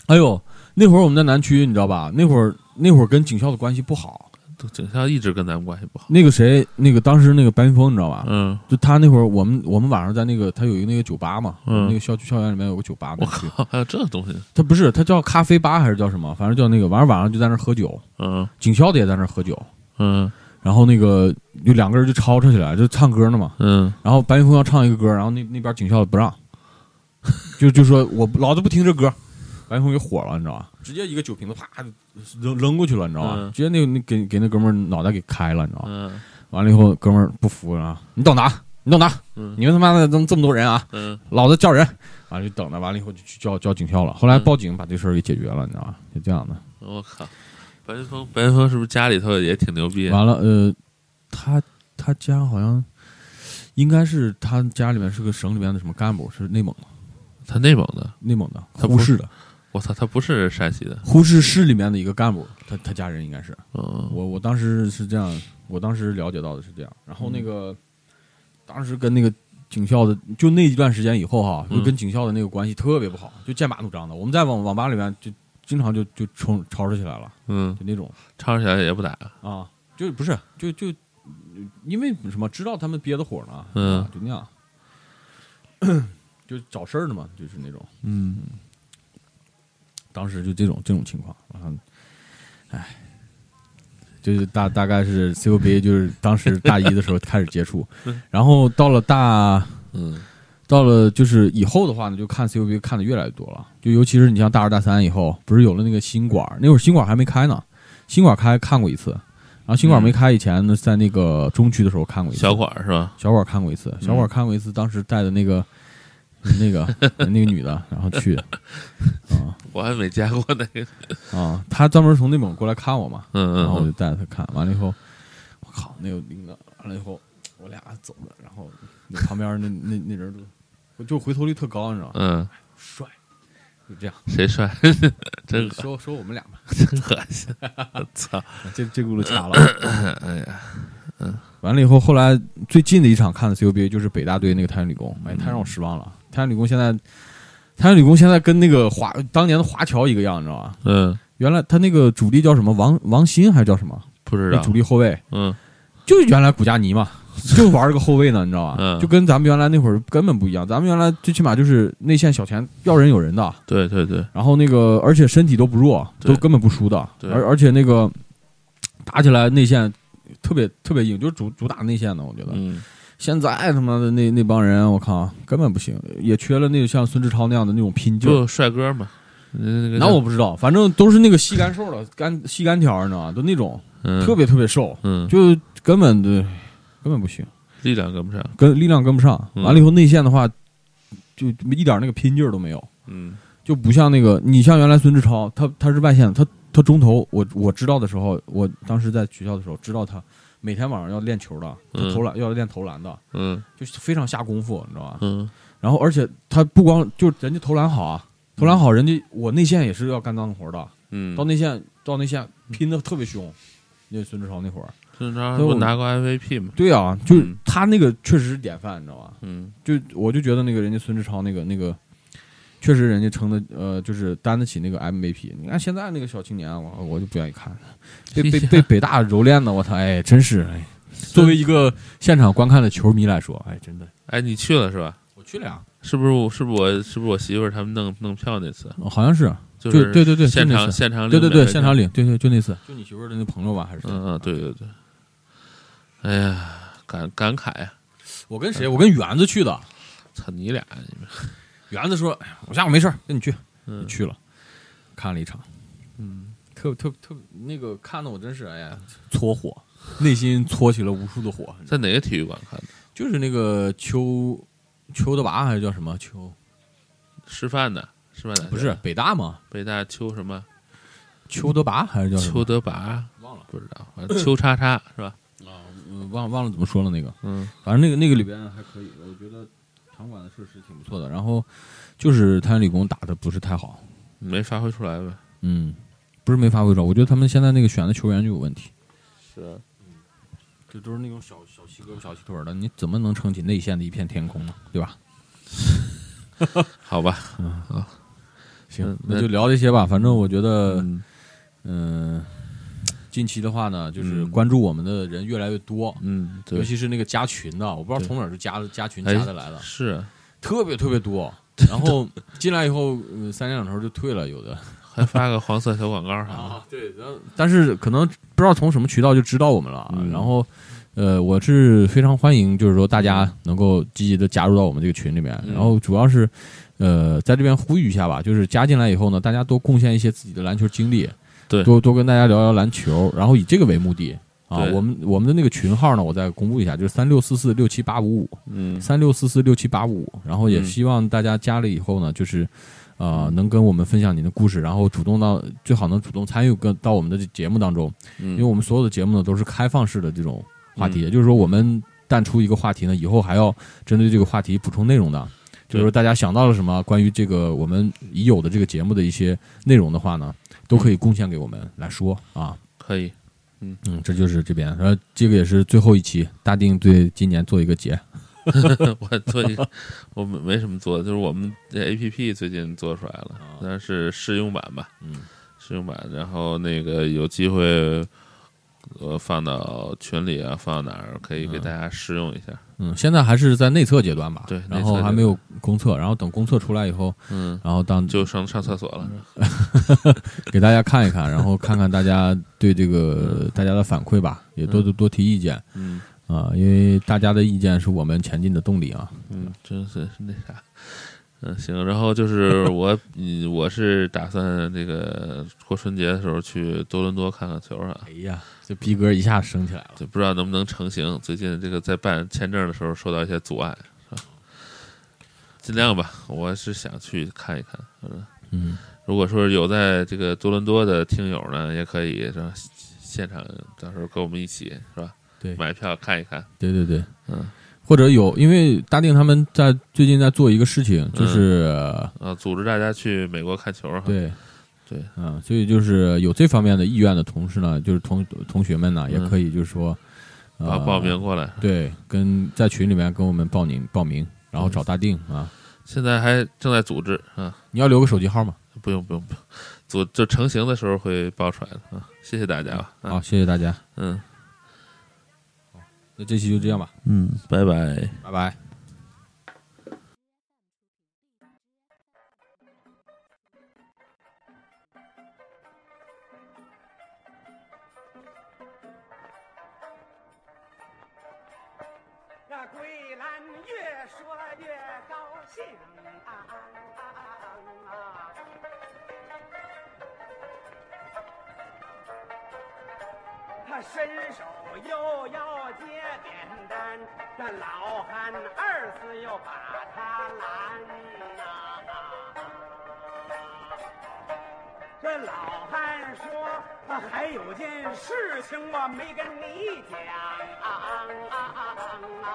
S3: 哎呦，那会儿我们在南区，你知道吧？那会儿那会儿跟警校的关系不好。
S2: 警校一直跟咱们关系不好。
S3: 那个谁，那个当时那个白云峰，你知道吧？
S2: 嗯，
S3: 就他那会儿，我们我们晚上在那个他有一个那个酒吧嘛，
S2: 嗯
S3: 那个校区校园里面有个酒吧，
S2: 我
S3: 去
S2: 靠，还有这东西？
S3: 他不是他叫咖啡吧还是叫什么？反正叫那个，晚上晚上就在那儿喝酒，
S2: 嗯
S3: 警校的也在那儿喝酒，
S2: 嗯
S3: 然后那个有两个人就吵吵起来，就唱歌呢嘛，
S2: 嗯
S3: 然后白云峰要唱一个歌，然后那那边警校的不让， 就就说我老子不听这歌，白云峰给火了，你知道吧？直接一个酒瓶子啪就扔扔过去了，你知道吧？
S2: 嗯
S3: 直接那个那给给那哥们儿脑袋给开了，你知道吧？
S2: 嗯
S3: 完了以后，哥们儿不服啊，你等着啊，你等着啊，
S2: 嗯
S3: 你们他妈的这么这么多人啊！
S2: 嗯
S3: 老子叫人，完了就等着，完了以后就去叫叫警校了。后
S2: 嗯
S3: 来报警把这事儿给解决了，你知道吧？就这样的。
S2: 我靠，白云峰，白云峰是不是家里头也挺牛逼？
S3: 完了，呃，他他家好像应该是他家里面是个省里面的什么干部，是内蒙的，
S2: 他内蒙的，
S3: 内蒙的
S2: 他
S3: 呼
S2: 不是
S3: 市的，
S2: 我操，他不是山西的。
S3: 呼市市里面的一个干部，他他家人应该是。
S2: 嗯
S3: 我我当时是这样，我当时了解到的是这样。然后那个、
S2: 嗯
S3: 当时跟那个警校的，就那一段时间以后哈，
S2: 嗯
S3: 就跟警校的那个关系特别不好，就剑拔弩张的。我们在网网吧里面就经常就就冲吵吵起来了，
S2: 嗯，
S3: 就那种
S2: 吵起来也不打，
S3: 啊，就不是就就因为什么知道他们憋的火呢，
S2: 嗯
S3: 啊就那样，就找事儿的嘛，就是那种，
S2: 嗯
S3: 当时就这种这种情况，然后，哎，就是大大概是 CUBA 就是当时大一的时候开始接触，然后到了大
S2: 嗯
S3: 到了就是以后的话呢，就看 CUBA 看的越来越多了，就尤其是你像大二大三以后，不是有了那个新馆儿，那会儿新馆儿还没开呢，新馆儿开看过一次，然后新馆儿没开以前呢，在那个中区的时候看过一次，
S2: 小馆儿是吧？
S3: 小馆儿看过一次，小馆儿看过一次，当时带的那个。那个那个女的，然后去，啊
S2: 我还没见过那个，
S3: 啊，她专门从内蒙过来看我嘛，
S2: 嗯
S3: 然后我就
S2: 嗯
S3: 带着他看，完了以后，我靠，那有领导，完了以后我俩走了，然后那旁边那那那人都，我就回头率特高，你知道吗？
S2: 嗯，
S3: 帅，就这样，
S2: 谁帅？ 真恶
S3: 嗯说说我们俩吧，
S2: 真恶心！操！
S3: 啊这这轱辘掐了。
S2: 哎呀，嗯
S3: 完了以后，后来最近的一场看的 CUBA 就是北大对那个太原理工，哎，
S2: 嗯
S3: 太让我失望了。太原理工现在，太原理工现在跟那个华当年的华侨一个样，你知道吧？
S2: 嗯，
S3: 原来他那个主力叫什么王王鑫还是叫什么？
S2: 不知
S3: 那
S2: 道
S3: 主。力后卫，
S2: 嗯
S3: 就是原来古加尼嘛，就玩个后卫呢，你知道吧？
S2: 嗯
S3: 就跟咱们原来那会儿根本不一样，咱们原来最起码就是内线小前要人有人的，，
S2: 对对对，
S3: 然后那个而且身体都不弱，
S2: 对
S3: 都根本不输的，
S2: 对
S3: 而而且那个打起来内线特别特别硬，就是主主打内线的，我觉得、
S2: 嗯
S3: 现在他妈的那那帮人，我靠，根本不行，也缺了那个像孙志超那样的那种拼劲儿。
S2: 就帅哥嘛。那
S3: 那我不知道，反正都是那个细干瘦的干细干条儿，你知道吧？都那种特别特别瘦，
S2: 嗯，
S3: 就根本的根本不行。
S2: 力量跟不上。
S3: 跟力量跟不上，
S2: 嗯
S3: 完了以后内线的话，就就一点那个拼劲儿都没有，
S2: 嗯
S3: 就不像那个你像原来孙志超，他他是外线的，他他中投，我我知道的时候，我当时在学校的时候知道他每天晚上要练球的，他
S2: 嗯
S3: 投篮、要练投篮的，
S2: 嗯
S3: 就是非常下功夫，你知道吧？
S2: 嗯
S3: 然后而且他不光就人家投篮好啊，投篮好，人家我内线也是要干脏活的，
S2: 嗯，
S3: 到内线到内线拼的特别凶，那孙志超那会儿，
S2: 孙中山不拿过 MVP 嘛？
S3: 对啊，就是
S2: 嗯
S3: 他那个确实是典范，你知道吧？
S2: 嗯
S3: 就我就觉得那个人家孙志超那个那个，确实人家撑的呃，就是担得起那个 MVP。你看现在那个小青年啊，我我就不愿意看， 被被被北大蹂躏的，我操！哎，真是哎，作为一个现场观看的球迷来说，哎，真的，
S2: 哎，你去了是吧？
S3: 我去了呀，
S2: 是不是我？是不是我？是不是我媳妇儿他们弄弄票那次？
S3: 哦好像是，
S2: 就
S3: 对
S2: 是
S3: 对对对，
S2: 现
S3: 就那
S2: 场
S3: 次，
S2: 现场
S3: 对对对，
S2: 领
S3: 现场领，对对，就那次，就你媳妇儿的那朋友吧，还是谁
S2: 嗯嗯，对对对。哎呀，感感慨呀！
S3: 我跟谁？我跟园子去的，
S2: 操你俩，你们
S3: 园子说，哎呀我下午没事儿，跟你去，
S2: 嗯
S3: 就去了，看了一场。
S2: 嗯，
S3: 特特特那个看的我真是哎呀搓火，内心搓起了无数的火。
S2: 在哪个体育馆看的？
S3: 就是那个邱邱德拔还是叫什么邱？
S2: 师范的，师范的
S3: 不是北大吗？
S2: 北大邱什么？
S3: 邱德拔还是叫什
S2: 邱
S3: 么？嗯
S2: 德拔
S3: 忘了，
S2: 不知道，反正邱叉叉是吧？
S3: 嗯忘忘了怎么说了那个，
S2: 嗯
S3: 反正那个那个里边还可以，我觉得场馆的设施挺不错的。然后就是太原理工打的不是太好，
S2: 没发挥出来呗。
S3: 嗯，不是没发挥出来，我觉得他们现在那个选的球员就有问题。
S2: 是，
S3: 这都是那种小小细胳膊、小细腿儿的，你怎么能撑起内线的一片天空呢？对吧？
S2: 好吧，
S3: 行
S2: 嗯，
S3: 那就聊这些吧。反正我觉得，
S2: 嗯
S3: 嗯，近期的话呢，就是
S2: 嗯
S3: 关注我们的人越来越多，
S2: 嗯，
S3: 尤
S2: 对，
S3: 其是那个加群的，我不知道从哪儿就加了加群
S2: 哎
S3: 加的来的，
S2: 是
S3: 特别特别多。然后进来以后，呃三天两头就退了，有的
S2: 还发个黄色小广告啥的。，
S3: 对。但是可能不知道从什么渠道就知道我们了。啊
S2: 嗯
S3: 然后，呃，我是非常欢迎，就是说大家能够积极的加入到我们这个群里面。
S2: 嗯
S3: 然后主要是，呃，在这边呼吁一下吧，就是加进来以后呢，大家多贡献一些自己的篮球经历，
S2: 对
S3: 多多跟大家聊聊篮球，然后以这个为目的。啊，
S2: 对
S3: 我们我们的那个群号呢，我再公布一下，就是三六四四六七八五五，
S2: 嗯，
S3: 三六四四六七八五五，然后也
S2: 嗯
S3: 希望大家加了以后呢，就是。呃，能跟我们分享你的故事，然后主动到最好能主动参与跟到我们的节目当中，因为
S2: 因
S3: 我们所有的节目呢都是开放式的这种话题，
S2: 嗯
S3: 也就是说我们淡出一个话题呢，以后还要针对这个话题补充内容的，就是说大家想到了什么关于这个我们已有的这个节目的一些内容的话呢，都可以贡献给我们来说啊，
S2: 可以，
S3: 嗯，这就是这边，然后这个也是最后一期，大定对今年做一个结，
S2: 我做一个，我没没什么做，就是我们这 A P P 最近做出来了，但是试用版吧。
S3: 嗯，
S2: 试用版，然后那个有机会我放到群里啊，放到哪儿可以给大家试用一下。
S3: 嗯，现在还是在内测阶段吧，
S2: 对
S3: 然
S2: 内测阶
S3: 后
S2: 段
S3: 还没有公测，然后等公测出来以后，
S2: 嗯，
S3: 然后当
S2: 就上上厕所了。
S3: 给大家看一看，然后看看大家对这个大家的反馈吧，也多多多提意见
S2: 嗯
S3: 啊、因为大家的意见是我们前进的动力啊。
S2: 嗯，真是是那啥。嗯，行，然后就是我，嗯，我是打算这个过春节的时候去多伦多看看球啊，
S3: 哎呀，这逼格一下升起来了。
S2: 就不知道能不能成行。最近这个在办签证的时候受到一些阻碍，是吧？尽量吧，我是想去看一看。嗯，
S3: 嗯，
S2: 如果说有在这个多伦多的听友呢，也可以是吧？现场到时候跟我们一起是吧？
S3: 对
S2: 买票看一看。
S3: 对对对，
S2: 嗯，
S3: 或者有，因为大定他们在最近在做一个事
S2: 嗯
S3: 情，就是、
S2: 啊，组织大家去美国看球哈。
S3: 对
S2: 对，
S3: 嗯，所以就是有这方面的意愿的同事呢，就是同同学们呢，也
S2: 嗯
S3: 可以就是说，
S2: 把
S3: 呃，
S2: 报名过来。
S3: 对，跟在群里面跟我们报名报名，然后找大定啊，
S2: 现在还正在组织啊，
S3: 你要留个手机号吗？
S2: 不用不用不用，组就成型的时候会报出来的啊。谢谢大家吧。啊
S3: 好，谢谢大家，
S2: 嗯
S3: 那这期就这样吧，
S2: 嗯，拜拜。
S3: 拜拜。
S4: 那桂兰越说越高兴啊啊啊啊啊！他伸手又要接扁担，那老汉二次又把他拦呐、这老汉说：“啊、还有件事情我没跟你讲啊啊啊啊啊！”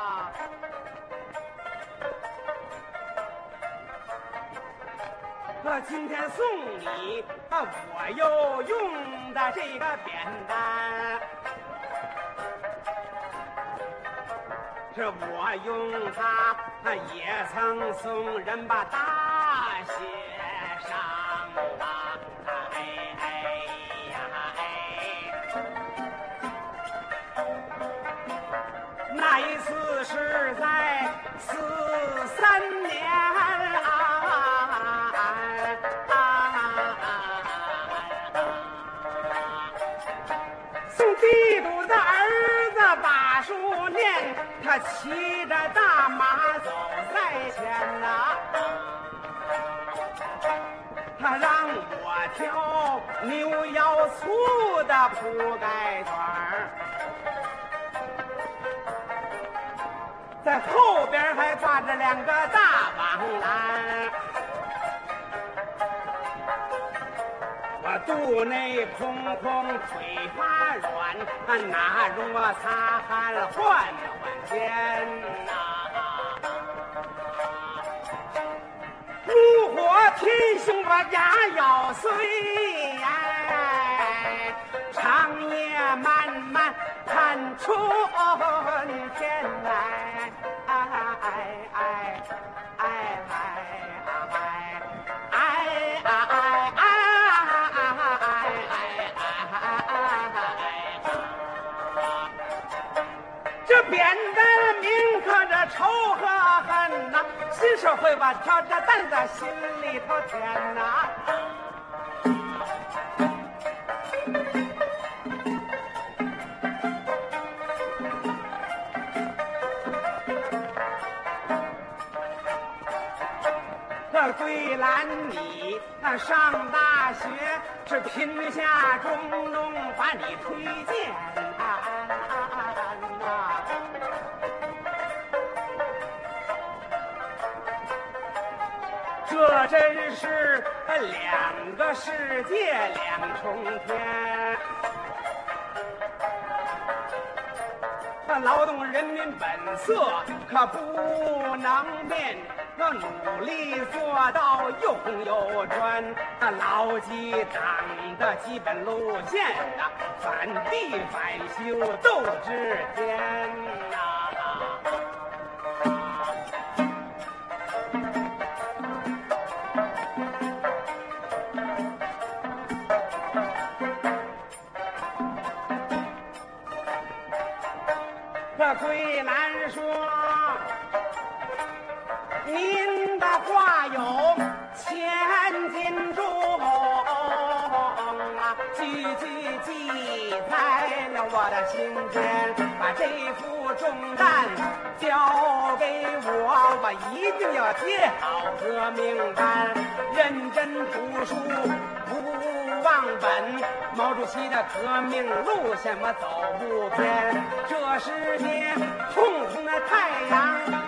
S4: 啊，今天送你啊，我又用的这个扁担，这我用它啊，也曾送人把大雪上啊，哎哎呀哎。那一次是在四三年啊啊送地主的儿子把书念，他骑着大马走在前呐、他让我挑牛腰粗的铺盖卷儿。在后边还挂着两个大网篮。我肚内空空，腿发软，啊拿着擦汗换换肩呐、怒火天兄把牙咬碎哎，长夜漫漫看春天来，哎哎哎哎哎哎哎哎哎哎哎。这扁担明刻着仇和恨呐、新社会吧挑着担在心里头填呐、那桂兰你那上大学是贫下中农把你推荐啊啊啊这真是呃两个世界两重天。那劳动人民本色可不能变，要努力做到又红又专，那牢记党的基本路线呐、反帝反修斗志坚呐、那桂兰说：“您的话有千斤重啊，句句记在了我的心间。把这副重担交给我，我一定要写好革命单，认真读书不。”忘本，毛主席的革命路线我走不偏。这世界，红红的太阳